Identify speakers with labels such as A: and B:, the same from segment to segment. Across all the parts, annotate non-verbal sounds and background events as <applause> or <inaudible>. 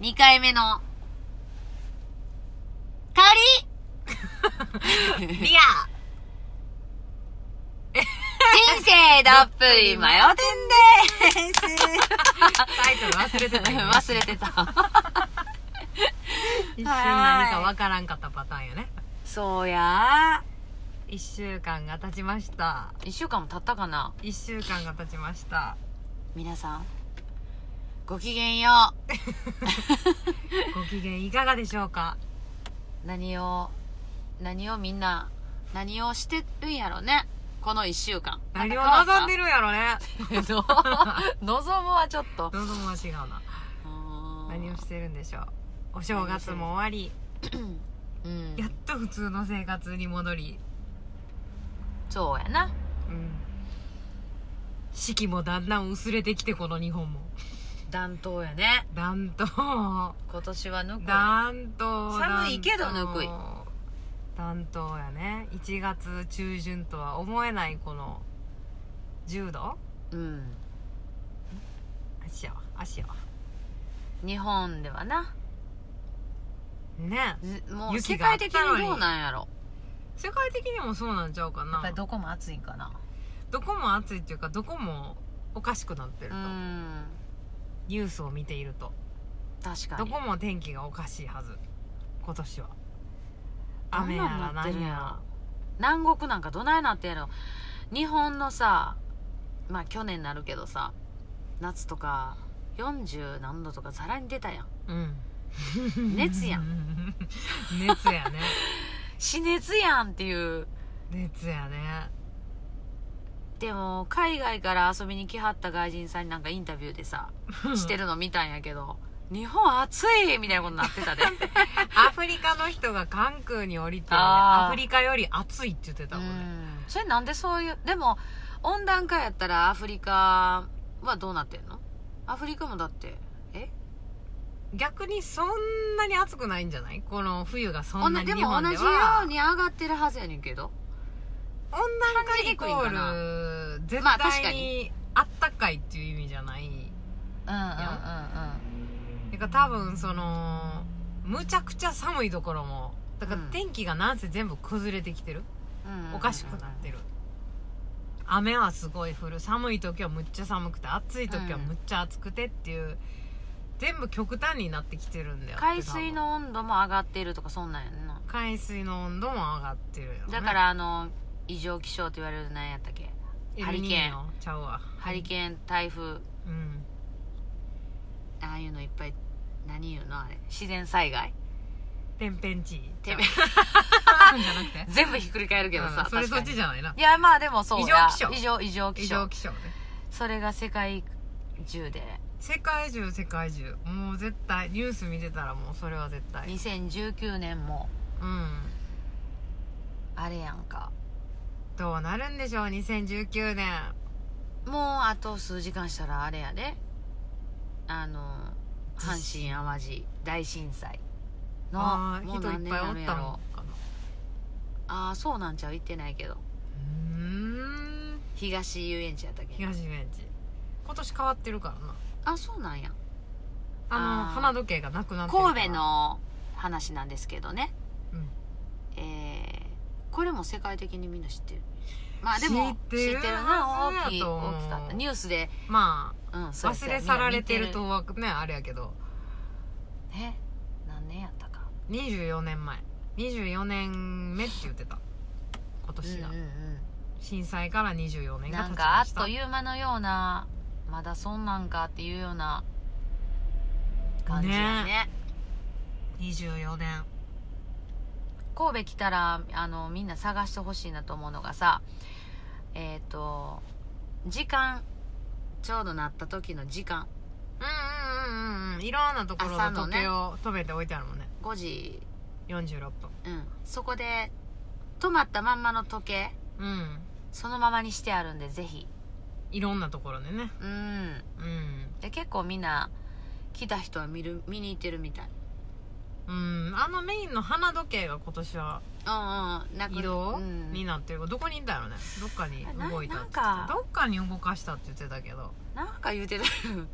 A: 2回目の、香り人
B: リア
A: 生どっぷりマヨ天です
B: タイトル忘れてたよね
A: 忘れてた。
B: 一瞬何かわからんかったパターンよね
A: そうや
B: 1週間が経ちました
A: ー。1週間も経ったかな
B: 1週間が経ちました
A: 皆さん、ごきげんよう。
B: ご機嫌いかがでしょうか
A: 何を、何をみんな、何をしてるんやろね。この1週間。
B: 何を望んでるんやろね
A: る <laughs> 望むはちょっと。
B: 望むは違うな何をしてるんでしょうお正月も終わり
A: うん
B: やっと普通の生活に戻り
A: そうやな
B: うん四季もだんだん薄れてきてこの日本も
A: 暖冬やね
B: 暖冬
A: 今年はぬくわ
B: 暖冬
A: 寒いけどぬくい
B: 暖冬やね1月中旬とは思えないこの10度
A: うん
B: 足やわ足やわ
A: 日本ではな
B: ね
A: ずもう世
B: 雪があ
A: 界
B: っ
A: 的
B: たのに
A: にどうなんやろ
B: 世界的にもそうなんちゃうか
A: やっ
B: な
A: ぱりどこも暑いんかな
B: どこも暑いっていうかどこもおかしくなって
A: う
B: ると、
A: ん
B: ニュースを見ていると
A: 確か
B: ど
A: に
B: こも天気がおかしいはず今年は
A: どん
B: 雨や
A: なん
B: ら
A: なっ
B: な
A: て
B: ん
A: るんやろ
B: や
A: 南国なんかどないなってんやろ日本のさまあ去年になるけどさ夏とか40何度とかざらに出たやん
B: らうん
A: 熱や
B: <laughs> 熱やね
A: 死熱やんっていう
B: 熱やね
A: でも海外から遊びに来はった外人さんになんかインタビューでさ <laughs> してるの見たんやけど日本暑いみたいなことになってた
B: <laughs>
A: で
B: アフリカの人が関空に降りて
A: あー
B: アフリカより暑いって言ってたもんね
A: それなんでそういうでも温暖化やったらアフリカはどうなってんのアフリカもだってえ
B: 逆にそんなに暑くないんじゃないこの冬がそ
A: お
B: んなんに
A: で
B: 日
A: も
B: 本
A: 同
B: で
A: じよ
B: は
A: うに上がってるはずやねんけど
B: 温暖化イコ
A: 感じにくいんか
B: ール絶
A: まあ確か
B: 対にあったかいっていう意味じゃない
A: うんうんうんうん
B: だから多分そのむちゃくちゃ寒いところもだから
A: うん
B: 天気がなんせ全部崩れてきてる
A: うんうん
B: おかしくなってる雨はすごい降る寒い時はむっちゃ寒くて暑い時はむっちゃ暑くてっていう、全部極端になってきてるんだよ
A: 海水
B: 多分
A: の温度も上がってるとかそんなんやんな
B: 海水の温度も上がってるよ、ね、
A: だからあの異常気象と言われる何やったっけハリケーン
B: エルニーニョちゃうわ
A: ハリケーン台風
B: うん
A: ああいうのいっぱい何言うのあれ自然災害
B: 天変地異 <laughs>
A: <laughs> てめえ
B: ちゃうじゃなくて
A: 全部ひっくり返るけどさ、
B: うんそ
A: 確
B: れそ
A: か
B: っ
A: に
B: ちじゃないない
A: やまあでもそうや
B: 異常
A: 異
B: 気象
A: 常異常気
B: 異
A: 象
B: 常気象ね
A: それが世界中で
B: 世界中世界中もう絶対ニュース見てたらもうそれは絶対
A: 2019年も
B: うん
A: あれやんか
B: どうなるんでしょう2019年
A: もうあと数時間したらあれやであの阪神・淡路大震災の
B: ああ
A: もう
B: 人い
A: 何
B: っ
A: 年
B: ぱいお
A: な
B: っ
A: のや
B: たの
A: ろ
B: かな
A: ああそうなんちゃう言ってないけど
B: うーん
A: 東遊園地やったっけ
B: 東遊園地今年変わってるからな
A: あそうなんや
B: あの
A: あー
B: 花時計がなくなってるから
A: 神戸の話なんですけどね
B: うん
A: えーこれも世界的にみんな知ってるまあでも
B: 知ってる
A: な
B: は
A: 大
B: ず
A: きい
B: やと思う
A: 大きかったニュースで、
B: ま
A: うん、
B: あ
A: そうです
B: 忘れ去られてるとはねあれやけど
A: みんな見てるえ何年やったか
B: 24年前24年目って言ってた今年が、
A: うんうん
B: 震災から24
A: う
B: 年
A: ん、
B: が
A: な
B: 経
A: ん
B: ち
A: かあ
B: ま
A: っ
B: した
A: という間のようなまだそんなんかっていうような感じやね
B: 24年
A: 神戸来たらあのみんな探してほしいなと思うのがさえっ、と時間ちょうどなった時の時間
B: うんうんうんうんうんいろんなところ
A: 朝
B: の
A: の
B: 時
A: ね
B: 計を止めて置いてあるもんね
A: 5時
B: 46分
A: うんそこで止まったまんまの時計
B: うん
A: そのままにしてあるんでぜひ
B: いろんなところでね
A: うん
B: うん
A: で結構みんな来た人は見る見に行ってるみたい
B: うんあのメインの花時計が今年は
A: うんうんなく
B: 移動
A: うん
B: になってるどこにいたよねどっかに動いた
A: なな
B: って言ってた
A: んか
B: どっかに動かしたって言ってたけど
A: なんか言うて
B: <laughs>
A: た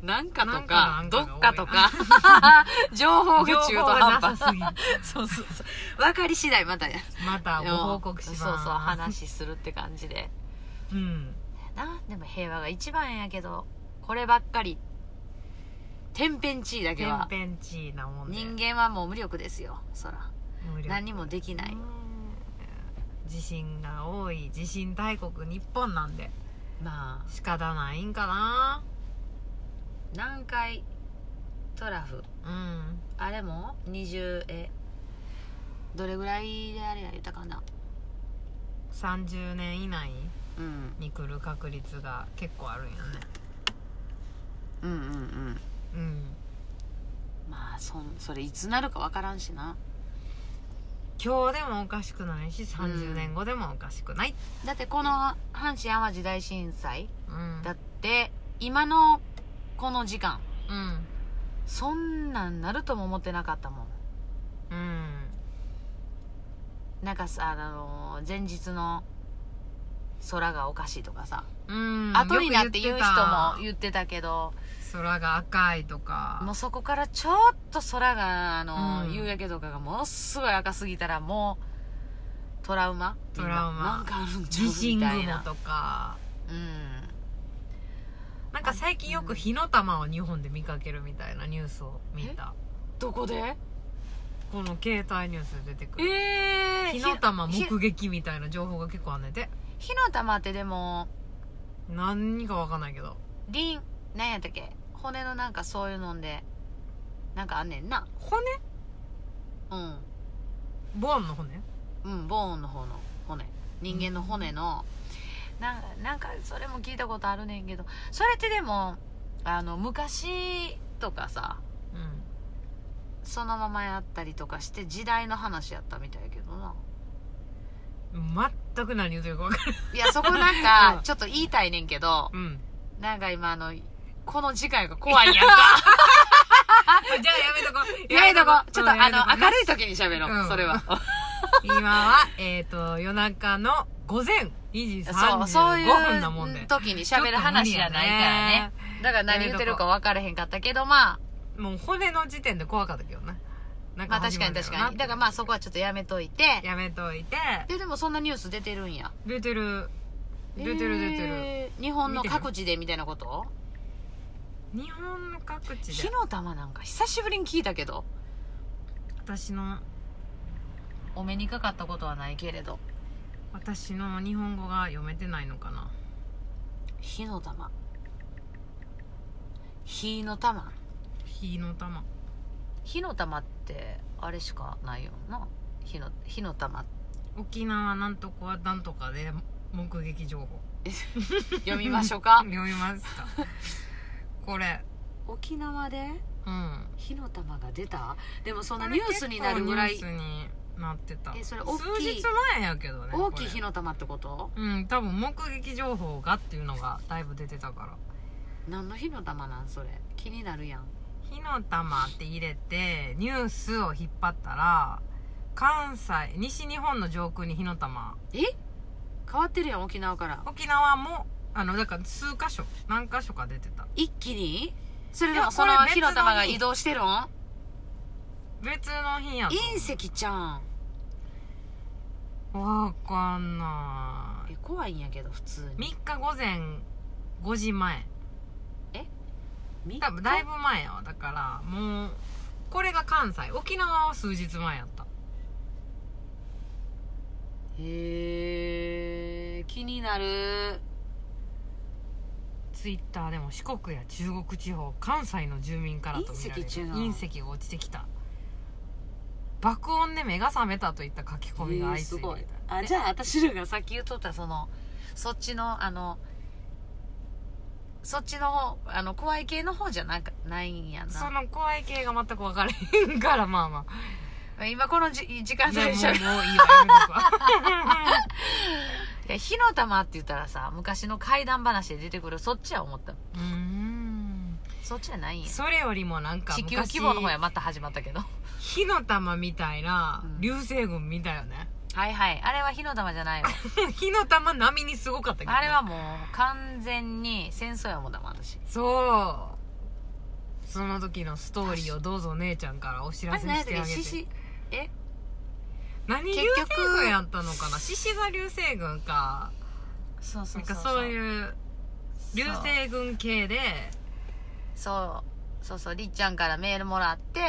A: なんかとか
B: なんか
A: ど
B: なん
A: っ
B: か
A: か
B: が多
A: と
B: い
A: か <laughs> 情報が中途半
B: な
A: 端
B: さすぎて
A: そうそうそう分かり次第また
B: またご報告します
A: そうそう話するって感じで
B: うん
A: なでも平和が一番やけどこればっかり天変地異だけ
B: 天
A: は
B: 変地異なもんで
A: 人間はもう無力ですよそら
B: 無力
A: 何もできない
B: うん地震が多い地震大国日本なんで
A: ま
B: 仕方ないんかな
A: あ南海トラフ
B: うん
A: あれも20えどれぐらいであれや言ったかな
B: 30年以内
A: うん
B: に来る確率が結構あるんよね
A: うんうんうん
B: うん
A: まあそんそれいつなるか分からんしな
B: 今日でもおかしくないし30年後でもおかしくない、
A: だってこの阪神・淡路大震災
B: うん、
A: だって今のこの時間
B: うん
A: そんなんなるとも思ってなかったもん
B: うん
A: なんかさ、あのー前日の空がおかしいとかさ、
B: うん
A: 後になって言う人も
B: よく言って
A: 言ってたけど、
B: た空が赤いとか
A: もうそこからちょっと空が、あのー
B: うん
A: 夕焼けとかがものすごい赤すぎたらもう、トラウマ
B: トラウマ
A: なんかあるんちゃう
B: 地震
A: みた
B: 雲
A: いな。
B: とか
A: うん。
B: なんか最近よく火の玉を日本で見かけるみたいなニュースを見た
A: どこで
B: この携帯ニュースで出てく
A: え
B: る
A: えー、
B: 火の玉
A: ひ
B: 目撃みたいな情報が結構あんねんて
A: 火の玉ってでも、
B: 何かわかんないけど
A: リン、なんやったっけ骨のなんかそういうのんで、なんかあんねんな。
B: 骨
A: うん。
B: ボーンの骨
A: うん、ボーンの方の骨人間の骨の、なんかなんかそれも聞いたことあるねんけどそれってでもあの昔とかさ
B: うん
A: そのままやったりとかして時代の話やったみたいやけどな
B: 全く何言うてるかわからない
A: い
B: <laughs>
A: やそこなん
B: う
A: か
B: ん
A: ちょっと言いたいねんけど
B: うん
A: なんか今あのこの次回が怖
B: <laughs>
A: いやんか
B: じゃ <laughs> あやめとこう
A: やめとこうちょっと
B: うん
A: あ
B: やめとこ
A: の明るい時に喋ろう、
B: うん
A: それ
B: <laughs>
A: は
B: 今は、えっ、と、夜中の午前2時
A: そうそういう
B: 35分なもんで。
A: 時に喋る話じゃないからねだから何言ってるか分からへんかったけどまあ
B: もう骨の時点で怖かったけどね。なん
A: まあ確
B: 始
A: か
B: ま
A: に
B: るよ
A: 確
B: な
A: かに。だからまあそこはちょっとやめといて。
B: やめといて、
A: で、でもそんなニュース出てるんや。
B: 出てる、出てる出てる。
A: えー日本の各地でみたいなこと
B: 日本の各地
A: 火
B: で、
A: の玉なんか久しぶりに聞いたけど。
B: 私の、
A: お目にかかったことはないけれど。
B: 私の日本語が読めてないのかな。
A: 火の玉。火の玉。
B: 火の玉。
A: 火の玉って、あれしかないよな。火の、火の玉。 <laughs>
B: 沖縄なんとかはなんとかで目撃情報。
A: 読みましょうか。
B: 読みますか。これ、
A: <laughs> 沖縄で
B: うん。
A: 火の玉が出たでもそんな
B: こ
A: ニ
B: れ
A: ュースになるぐらい
B: 結構ニュースになってた
A: えそれ大きい
B: 数日前やけどね
A: 大きい火
B: の
A: の玉ってこと
B: うん多分目撃情報がっていうのがだいぶ出てたから
A: 何の火の玉なんそれ気になるやん
B: 火の玉って入れてニュースを引っ張ったら関西西日本の上空に火の玉
A: え変わってるやん沖縄から
B: 沖縄もあのだから数箇所何箇所か出てた
A: 一気にそれ
B: い
A: で
B: や
A: もその
B: これ別
A: 火
B: の
A: の玉が移動してるん
B: 別の日やと
A: 隕石ちゃん
B: わかんない
A: え怖いんやけど普通に
B: 3日午前5時前
A: み
B: 多分だいぶ前やわだからもうこれが関西沖縄は数日前やった
A: へえ気になる
B: ツイッターでも四国や中国地方関西の住民からと見られ
A: 隕
B: る
A: 石中の
B: 隕石が落ちてきた爆音で目が覚めたといった書き込みが相
A: えーす
B: 次いでい
A: ご
B: た
A: いあじゃあ私らがさっき言っとったそのそっちのあのそっちの方あの怖い系の方じゃなくないんや
B: そ
A: な
B: の怖い系が全く分からへんからまあまあ
A: 今このじ時間
B: いや
A: 帯で
B: もう
A: しゃべ
B: もういいわやめとく
A: <laughs>
B: わ
A: いや火の玉って言ったらさ昔の怪談話で出てくるそっちは思った
B: うーん
A: そっちじゃないんや
B: それよりもなんか
A: 地球
B: 昔
A: 規模の方やまた始まったけど
B: 火の玉みたいな
A: うん
B: 流星群見たよね、
A: はいはいあれは火の玉じゃないわ
B: <laughs> 火の玉並みにすごかったけど、ね、
A: あれはもう完全に戦争やもんだもん私
B: そうその時のストーリーをどうぞ姉ちゃんからお知
A: あ
B: ら
A: れ
B: せ
A: 何やった
B: して
A: っ
B: あ
A: け
B: げ
A: 獅
B: て
A: 子え
B: 何流
A: 結
B: 星
A: 局
B: 群やったのかな獅子座流星群か
A: そうそ
B: なん
A: うそ
B: か
A: う
B: そういう流星群系で
A: そうそうそうりっちゃんからメールもらって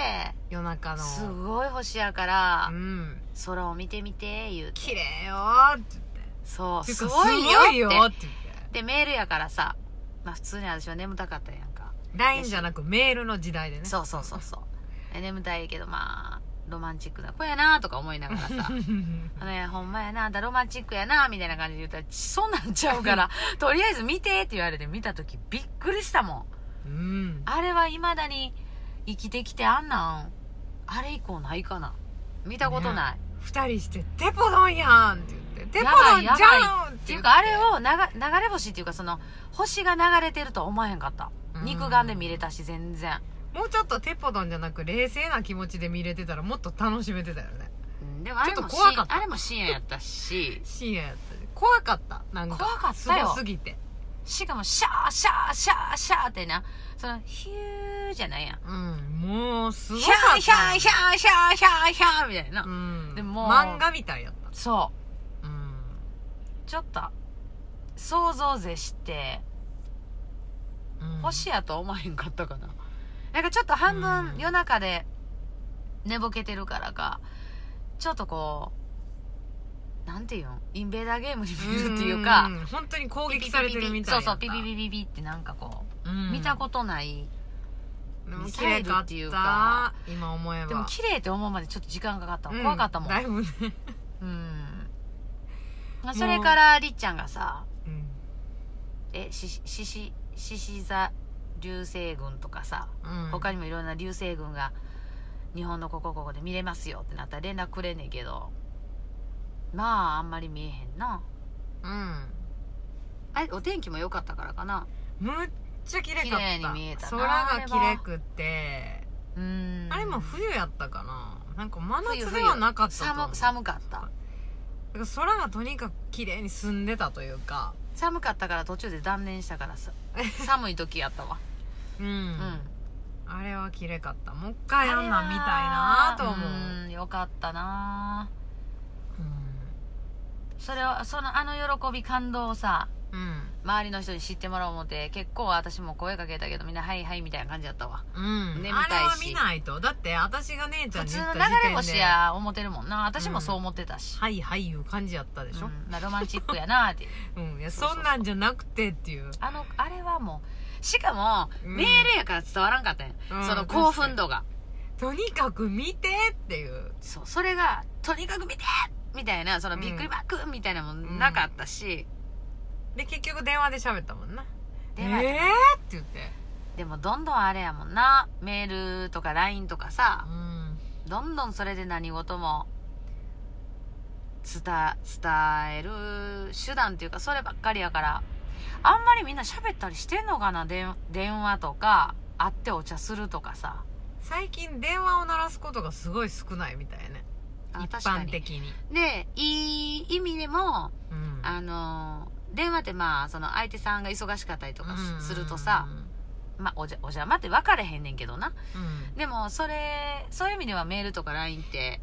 B: 夜中の
A: すごい星やから
B: うん
A: 空を見てみて言うて
B: 綺麗よーって
A: そう
B: 言って
A: すごい
B: すごい
A: よ
B: よ
A: って
B: ーって言って
A: でメールやからさまあ普通に私は眠たかったやんか
B: LINE じゃなくメールの時代でね
A: そうそうそう
B: <laughs>
A: そうで眠たいけどまあロマンチックな子やなとか思いながらさ
B: <laughs>
A: あのね、ほんまやな、あんたロマンチックやな、みたいな感じで言ったら、ちそんなんちゃう
B: <laughs>
A: から、とりあえず見てって言われて見たときびっくりしたもん。
B: うん
A: あれは未だに生きてきてあんなん、あれ以降ないかな。見たことない。
B: 二人して「テポドンやん!」って言って「テポ
A: や
B: ド
A: ば
B: ン
A: い
B: じ
A: やばい
B: ゃん!」っ
A: っててい
B: 言
A: う
B: っ
A: か、あれをなが流れ星っていうか、その、星が流れてるとは思わへんかった。
B: うん
A: 肉眼で見れたし、全然。
B: もうちょっとテポドンじゃなく冷静な気持ちで見れてたらもっと楽しめてたよね
A: うんでもあれ
B: ちょっ
A: も
B: と怖かった
A: 深あれも深夜やったし、
B: 深夜やったし怖かったなんか
A: 怖かったよ
B: すごすぎて
A: しかもシャーシャーシャーシャーってな、その、ヒューじゃないやん。
B: うんもうすごか
A: ヒャ
B: った
A: ーヒャーヒャーヒャーヒャーヒャーみたいな。
B: うん
A: でも
B: 漫画みたいやっ
A: そ
B: たうん
A: う。ちょっと、想像ぜして、
B: うん
A: 星やとは思わへんかったかな。なんかちょっと半
B: う
A: 分
B: ん
A: 夜中で寝ぼけてるからか、ちょっとこう、なんていうんインベーダーゲームに見えるっていうか、
B: ん本当に攻撃されてるみ
A: そ
B: たいや
A: う
B: った
A: そう、ピピピピピってなんかこ
B: う
A: う、
B: ん
A: 見たことない。
B: でも
A: ミ
B: 綺
A: サイ
B: 麗
A: ル
B: か
A: っ
B: って
A: い
B: た
A: うか
B: 今思えば
A: でも綺麗って思うまでちょっと時間かかったもん
B: うん
A: 怖かったもん。
B: だいぶね
A: うん。まあそれからりっちゃんがさ、
B: うん
A: えしししし獅子座流星群とかさ、
B: うん
A: 他にもいろんな流星群が日本のここここで見れますよってなったら連絡くれんねんけどまああんまり見えへんな
B: うん
A: あれお天気も良かったからかな
B: むっちゃ綺麗かった
A: 綺麗に見えたな
B: 空が綺麗くって
A: うーん
B: あれも冬やったかななんか真夏ではなかったと思う
A: 寒寒かった
B: だから空がとにかく綺麗に澄んでたというか
A: 寒かったから途中で断念したからさ寒い時やったわ
B: うん、
A: うん、
B: あれは綺麗かったもう一回あんなん見たいなと思う
A: あれはんよかったなそれはそのあの喜び感動をさ
B: うん
A: 周りの人に知ってもらおう思って結構私も声かけたけどみんな「はいはい」みたいな感じだったわ
B: うん、うん
A: ね見
B: あれ
A: たいし
B: は見ないとだって私が姉ちゃ
A: 普
B: んに
A: 通
B: 言っ
A: の
B: た
A: 流
B: 時点で
A: れ星や思ってるもんな私もそう思ってたし、
B: はいはいいう感じやったでし
A: う
B: ょ、
A: んまあロマンチックやなー
B: <laughs>
A: っていう
B: うんいや
A: そうそうそう
B: そんなんじゃなくてっていう、
A: あのあれはもうしかも、
B: うん
A: メールやから伝わらんかったんや、
B: うん
A: その興奮度が
B: とにかく見てっていう
A: そうそれが「とにかく見て!」みたいなその
B: うん
A: びっくりマークみたいなのもなかったし、
B: で結局電話で喋ったもんな
A: でも
B: えー、って言って
A: でもどんどんあれやもんなメールとか LINE とかさ
B: うん
A: どんどんそれで何事も伝伝える手段っていうかそればっかりやからあんまりみんな喋ったりしてんのかな電電話とか会ってお茶するとかさ
B: 最近電話を鳴らすことがすごい少ないみたいね
A: あ
B: 一
A: 確か
B: 般
A: に
B: 的に
A: でいい意味でも
B: うん
A: あの電話ってまあその相手さんが忙しかったりとか
B: うん
A: しするとさ、まあ、おじゃお邪魔って分かれへんねんけどな
B: うん
A: でもそれそういう意味ではメールとか LINE って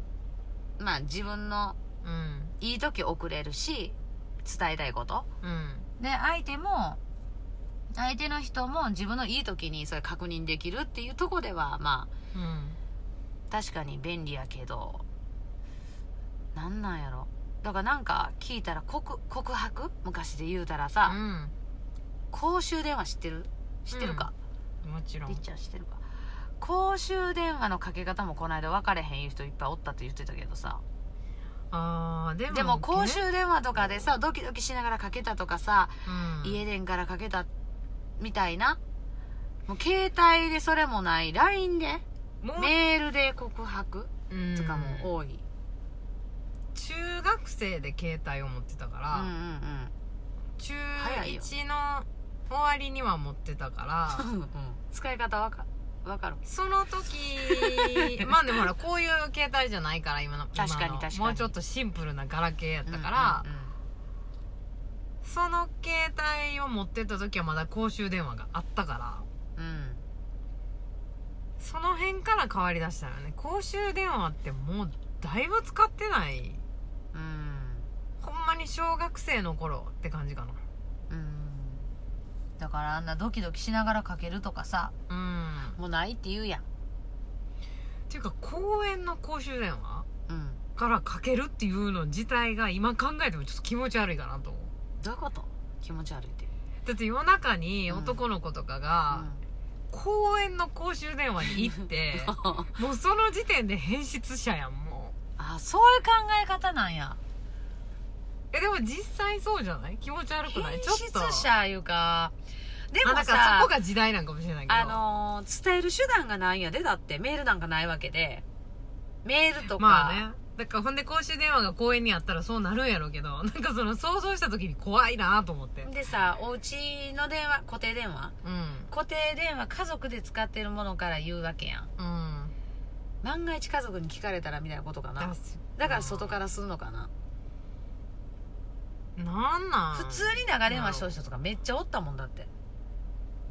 A: まあ自分の
B: うん
A: いい時送れるし伝えたいこと
B: うん
A: で相手も相手の人も自分のいい時にそれ確認できるっていうとこではまあ
B: うん
A: 確かに便利やけどなんなんやろだからなんか聞いたら告告白昔で言うたらさ、公衆電話知ってる知ってるか、
B: うんもちろん
A: りっちゃん知ってるか公衆電話のかけ方もこの間分かれへんいう人いっぱいおったって言ってたけどさ
B: あーでも
A: でも公衆電話とかでさドキドキしながらかけたとかさ
B: うん
A: 家電からかけたみたいなもう携帯でそれもない LINE で
B: もう
A: メールで告白
B: うん
A: とかも多い、
B: 中学生で携帯を持ってたか
A: うん、うん
B: ら、
A: うん
B: 中
A: 早いよ
B: 1の終わりには持ってたから
A: うんうん <laughs> 使い方わかわかる
B: その時まあでもほらこういう携帯じゃないから今の
A: 確かに
B: 今
A: 確
B: の
A: かに
B: もうちょっとシンプルなガラケーやったから、
A: うんうんうん
B: その携帯を持ってった時はまだ公衆電話があったから
A: うん
B: その辺から変わりだしたよね公衆電話ってもうだいぶ使ってない
A: うん
B: ほんまに小学生の頃って感じかな
A: うんだからあんなドキドキしながらかけるとかさ
B: うん
A: もうないって言うやん
B: っていうか公園の公衆電話
A: うん
B: からかけるっていうの自体が今考えてもちょっと気持ち悪いかなと思う
A: どういうこと気持ち悪いって
B: だって夜中に男の子とかが、公園の公衆電話に行って
A: うん <laughs> あ
B: もうその時点で変質者やんも
A: そういう考え方なんや
B: うえでも実際そうじゃない気持ち悪くない
A: 変
B: ちょっと
A: 質者いうかで
B: まあ
A: も
B: だからそ
A: さ
B: こが時代なんかもしれないけど
A: あのー伝える手段がないんやでだってメールなんかないわけでメールとか、
B: まあねだからほんで公衆電話が公園にあったらそうなるんやろうけど <laughs> なんかその想像した時に怖いなと思って
A: でさお家の電話固定電話
B: うん
A: 固定電話家族で使ってるものから言うわけやん
B: うん
A: 万が一家族に聞かれたらみたいなことかなだから外からするのかな
B: らなんなん
A: 普通に長電話しとる人とかめっちゃおったもんだって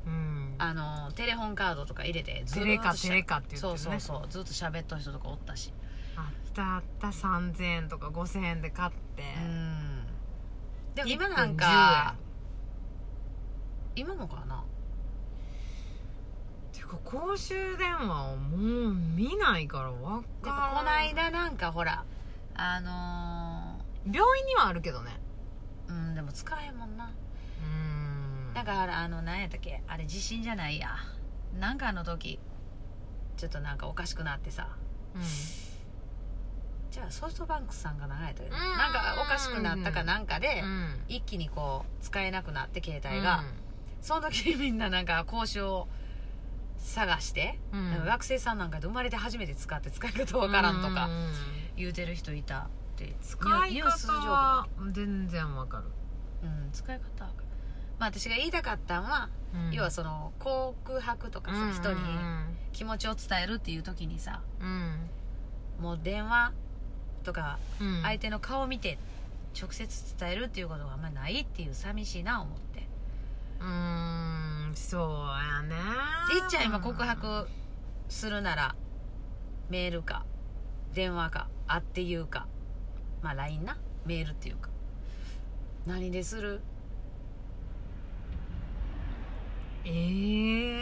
B: うん
A: あのテレホンカードとか入れてず
B: テ
A: ー
B: レ
A: っと
B: カ
A: しゃ
B: テレカって言ってる
A: そう
B: ね
A: そうそうずっと喋っとる人とかおったし
B: あったあった3000円とか5000円で買って、
A: うんでも
B: 一
A: 今
B: 分
A: なんか今もかな
B: 10円ていうか公衆電話をもう見ないからわ
A: でも
B: か
A: こ
B: ん
A: ないだなんかほらあの
B: 病院にはあるけどね
A: ーうんでも使えんもんな
B: うん
A: だからあの何やったっけあれ地震じゃないやなんかあの時ちょっとなんかおかしくなってさ
B: うん
A: じゃあソフトバンクさんが長いと
B: ん
A: なんかおかしくなったかなんかで、
B: うん
A: 一気にこう使えなくなって携帯が、その時にみんななんか講習を探して、
B: うんうん
A: なんか学生さんなんかで生まれて初めて使って使い方わからんと
B: う
A: か
B: ん
A: 言うてる人いたって
B: 使
A: ニ
B: い
A: ュース
B: 方
A: 情報
B: は全然わかる、
A: うん使い方はまあ私が言いたかったのは、
B: うん
A: 要はその告白とかさ、人に気持ちを伝えるっていう時にさ
B: うん
A: もう電話とか
B: うん
A: 相手の顔を見て直接伝えるっていうことがあんまりないっていう寂しいな思って
B: うんそうやね
A: でいっちゃん今告白するならメールか電話かあって言うかまあ LINE なメールっていうか何でする
B: ええ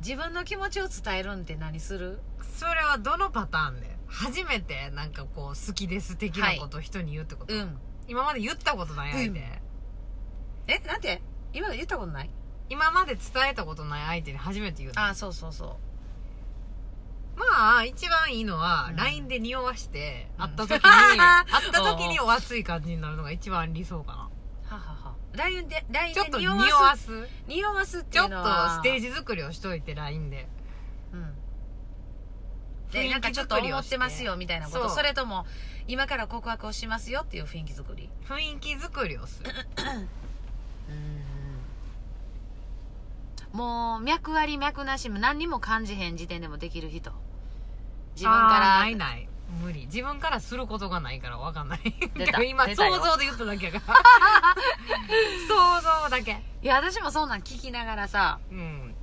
A: 自分の気持ちを伝えるんって何する
B: それはどのパターンで初めてなんかこう好きです的なことを人に言うってこと、
A: うん
B: 今まで言ったことない相手、
A: うんえなんて今まで言ったことない
B: 今まで伝えたことない相手に初めて言うの
A: ああそうそうそう
B: まあ一番いいのは
A: うん
B: LINE で匂わして
A: うん
B: 会った
A: <laughs>
B: 時に、会った時にお熱い感じになるのが一番理想かな
A: ははは LINE で LINE
B: ちょっと
A: で
B: 匂
A: 匂
B: わ
A: わす
B: す
A: 匂わすって
B: ち
A: い
B: ょ
A: う
B: っと
A: のは
B: ステージ作りをしといて LINE で
A: うん
B: 雰
A: で
B: 囲気
A: なんかちょっと
B: 作り
A: 思
B: を
A: っ
B: して
A: てますよみたいなこと
B: そう
A: それとも今から告白をしますよっていう雰囲気作り
B: 雰囲気作りをする
A: もう脈あり脈なしも何にも感じへん時点でもできる人自分
B: あー
A: か
B: ない
A: ら
B: ない無理自分からすることがないからわかんない
A: <laughs> 出た
B: 今
A: 出
B: 想
A: たよ
B: 像で言っただけやから
A: <laughs>
B: 想像だけ
A: いや私もそんなん聞きながらさ
B: うん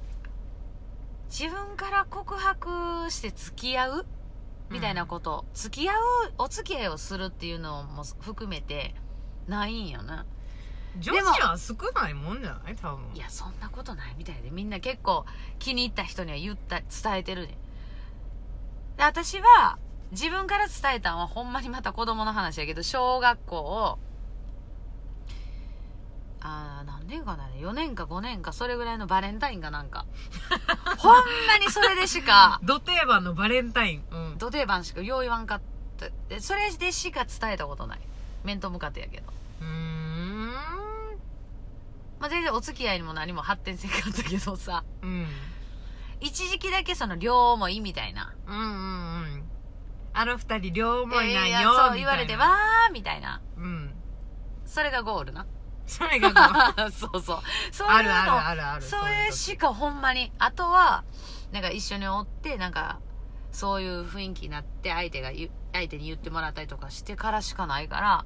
A: 自分から告白して付き合うみたいなこと、付き合うお付き合いをするっていうのも含めてないんよな
B: 女子ら少ないもんじゃない多分
A: いやそんなことないみたいでみんな結構気に入った人には言った伝えてるねで私は自分から伝えたんはほんまにまた子供の話やけど小学校をあー何年かな4年か5年かそれぐらいのバレンタインかなん <laughs> かほんまにそれでしか
B: ド定番のバレンタインうん
A: 土定番しかよう言わんかったでそれでしか伝えたことない面と向かってやけど、
B: うーん
A: まあ、全然お付き合いにも何も発展せんかったけどさ <laughs>
B: うん
A: 一時期だけその両思いみたいな
B: うんうんうんあの二人両思いなんよみたい
A: えー
B: な
A: そう言われてわーみたいな
B: うん
A: それがゴールな <laughs>
B: それがこう
A: そうそう。そういうの
B: あるあるあるある
A: そういう
B: 時
A: しかほんまに。あとは、なんか一緒におって、なんか、そういう雰囲気になって、相手が言う、相手に言ってもらったりとかしてからしかないから、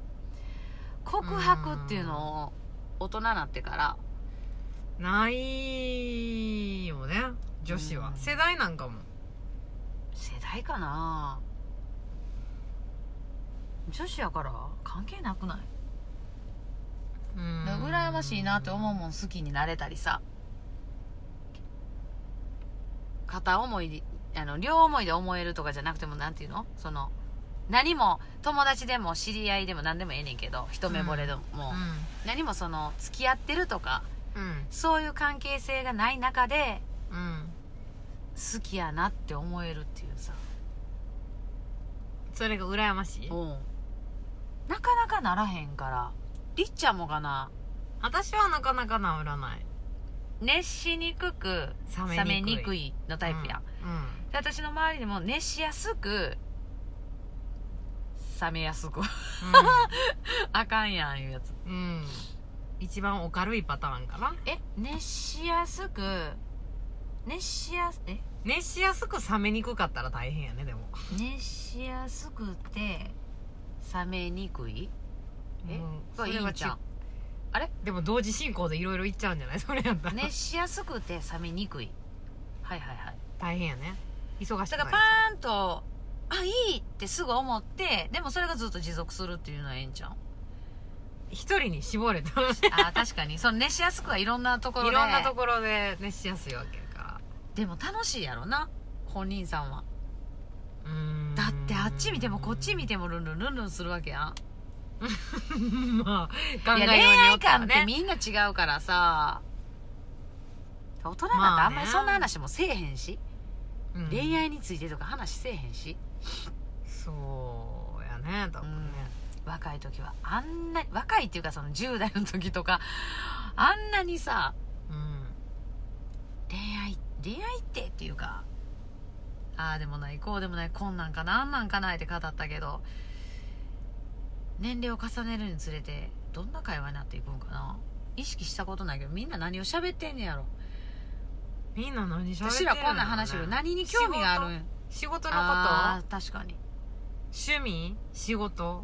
A: 告白っていうのを、大人になってから、
B: ないよね女子は、
A: うん
B: 世代なんかも
A: 世代かな女子やから関係なくない
B: うん
A: 羨ましいなって思うもん好きになれたりさ片思いであの両思いで思えるとかじゃなくてもなんていうのその何も友達でも知り合いでも何でもええねんけど一目惚れでも、
B: う
A: 何もその付き合ってるとか
B: んうん
A: そういう関係性がない中で
B: うん
A: 好きやなって思えるっていうさ
B: それが羨ましい
A: うんなかなかならへんからりっちゃんもかな
B: 私はなかなか治らない
A: 熱しにくく
B: 冷
A: 冷め
B: めにくい
A: にくいのタイプやん、
B: うん
A: で私の周りにも熱しやすく冷めやすく <laughs> あかんやんいうやつ
B: うん、うん一番お軽いパターンかな
A: え熱しやすく熱しやすえ
B: 熱しやすく冷めにくかったら大変やねでも
A: 熱しやすくて冷めにくいえ
B: うん
A: これいいんちゃ
B: ち
A: ん
B: でも同時進行でいろいろいっちゃうんじゃないそれ
A: <laughs>
B: やったら、
A: 熱しやすくて冷めにくいはいはいはい
B: 大変やね忙しく
A: だか
B: ない
A: らパーンとあいいってすぐ思ってでもそれがずっと持続するっていうのはええんちゃ
B: <laughs>
A: う
B: 一人に絞れた
A: あー確かにその熱しやすくはいろんなところ
B: い
A: で
B: ろんなところで熱しやすいわけやか
A: でも楽しいやろな本人さんは
B: らうん
A: だってあっち見てもこっち見てもルンルンルンルンするわけやん
B: <laughs> まあ考
A: い
B: え
A: や恋
B: ようによ
A: 愛
B: ったら
A: 観って
B: ね
A: みんな違うからさ大人なんてあんまりそんな話もせえへんし、
B: うん
A: 恋愛についてとか話せえへんし
B: そうやね多分ね、
A: 若い時はあんな若いっていうかその10代の時とかあんなにさ
B: うん
A: 恋愛恋愛ってっていうかああでもないこうでもないこんなんかなあんなんかないって語ったけど年齢を重ねるにつれてどんな会話になっていくんかな意識したことないけどみんな何を喋ってんねやろ
B: みんな何しゃべっ
A: 私
B: てんの
A: らこんな話より何に興味があるん
B: 仕事の
A: あー確かに
B: こと趣味仕事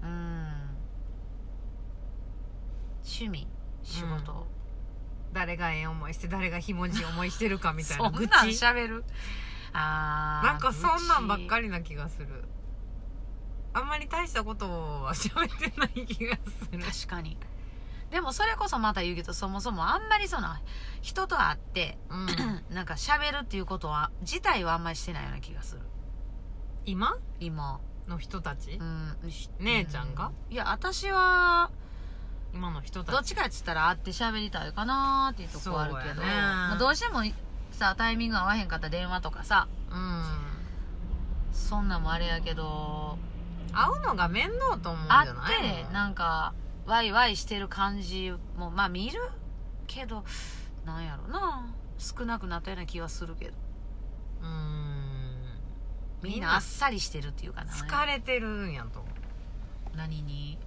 A: うーん趣味仕事、
B: 誰がええ思いして誰がひもじい思いしてるかみたい
A: そ
B: なん愚痴
A: なん喋るあー
B: なんかそんなんばっか
A: り
B: りな気がするあんまり大したことは喋ってない気がする
A: 確かにでもそれこそまた言うけどそもそもあんまりその人と会って
B: う
A: <clears throat>
B: ん、
A: なんか喋るっていうことは自体はあんまりしてないような気がする
B: 今
A: 今
B: の人たち、
A: うんし
B: 姉ちゃんが
A: ういや私は
B: 今の人
A: ど
B: た
A: っ
B: ち
A: ちかっつったら会って喋りたいかなーっていうとこはあるけど、
B: そうやね
A: まあどうしてもさタイミング合わへんかったら電話とかさ
B: うん
A: そんなんもあれやけど
B: 会うのが面倒と思うんじ
A: 会
B: ゃない
A: ってなんかワイワイしてる感じもまあ見るけどなんやろな少なくなったような気はするけど
B: うん
A: みんなあっさりしてるっていうかな
B: 疲れてるんやと思う
A: 何に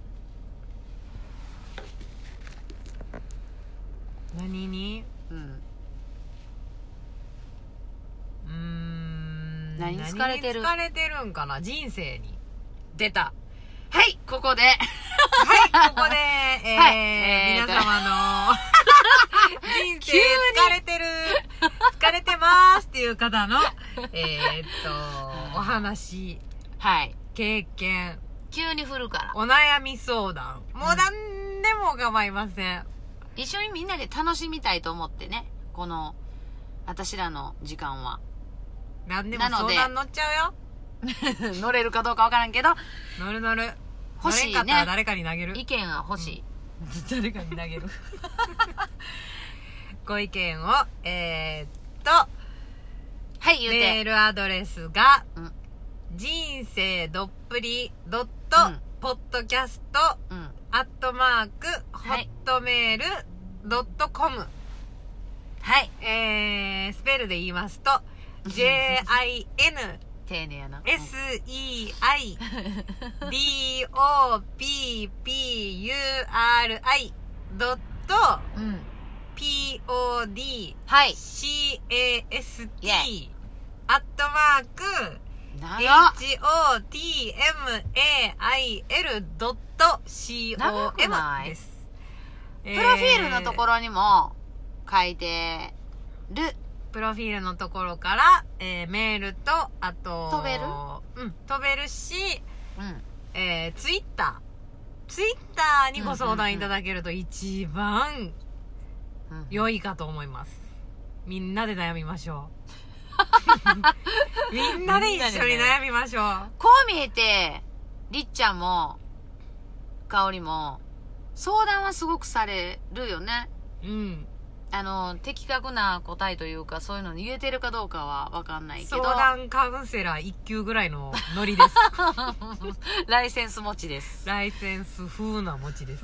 B: 何に
A: うん
B: うーん
A: 何に疲れてる
B: 何に疲れてるんかな人生に
A: 出たはいこ
B: <laughs>
A: こで
B: はいここで、えー
A: はいえー
B: 皆様
A: <laughs>
B: の人生疲れてる疲れてますっていう方のえーっとお話
A: はい
B: 経験
A: 急に振るから
B: お悩み相談もう何でも構いません
A: 一緒にみんなで楽しみたいと思ってねこの私らの時間
B: <laughs>
A: は
B: 何でも
A: なの
B: 相
A: で
B: 談乗っちゃうよ
A: 乗れるかどうかわからんけど
B: 乗る乗る
A: 欲しいね
B: 乗れんかったら誰かに投げる
A: 意見は欲しい、
B: <laughs> 誰かに投げる <laughs> ご意見をえーっと
A: はい言う
B: メー
A: て
B: ルアドレスが、
A: うん
B: 人生どっぷりドット
A: うん
B: ポッドキャスト
A: うん
B: アットマークホ
A: はい
B: ットメールドットコム
A: はい <laughs>
B: えー、スペルで言いますと JIN
A: 丁寧やな <laughs>
B: SEIBOPPURI ドット
A: うん
B: POD
A: はい
B: CAST
A: イ
B: アットマーク
A: 長っ長くな
B: HOTMAIL.com
A: い
B: です。プ
A: プロフィールのとこ
B: ろ、
A: ろにも書いてる
B: プロフィールのところから、えーメールと、あと、
A: 飛べる
B: うん、飛べるし、
A: うん
B: えー、ツイッター。ツイッターにご相談いただけると一番
A: うん
B: 良いかと思います。みんなで悩みましょ
A: <laughs>
B: う。みんなで一緒に悩みましょう。
A: こう見えてりっちゃんも香りも相談はすごくされるよね
B: うん。
A: あの的確な答えというかそういうのに言えてるかどうかは分かんないけど
B: 相談カウンセラー1級ぐらいのノ
A: <laughs>
B: リです。
A: ライセンス持ちです
B: ライセンス風な餅です。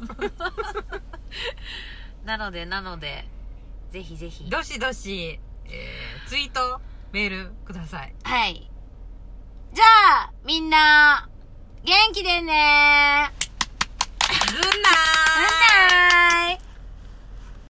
A: なのでなのでぜひぜひ
B: どしどし、えー、ツイート、メールください。
A: はいじゃあみんな元気でね
B: ずんな
A: バ
B: ー
A: イバイ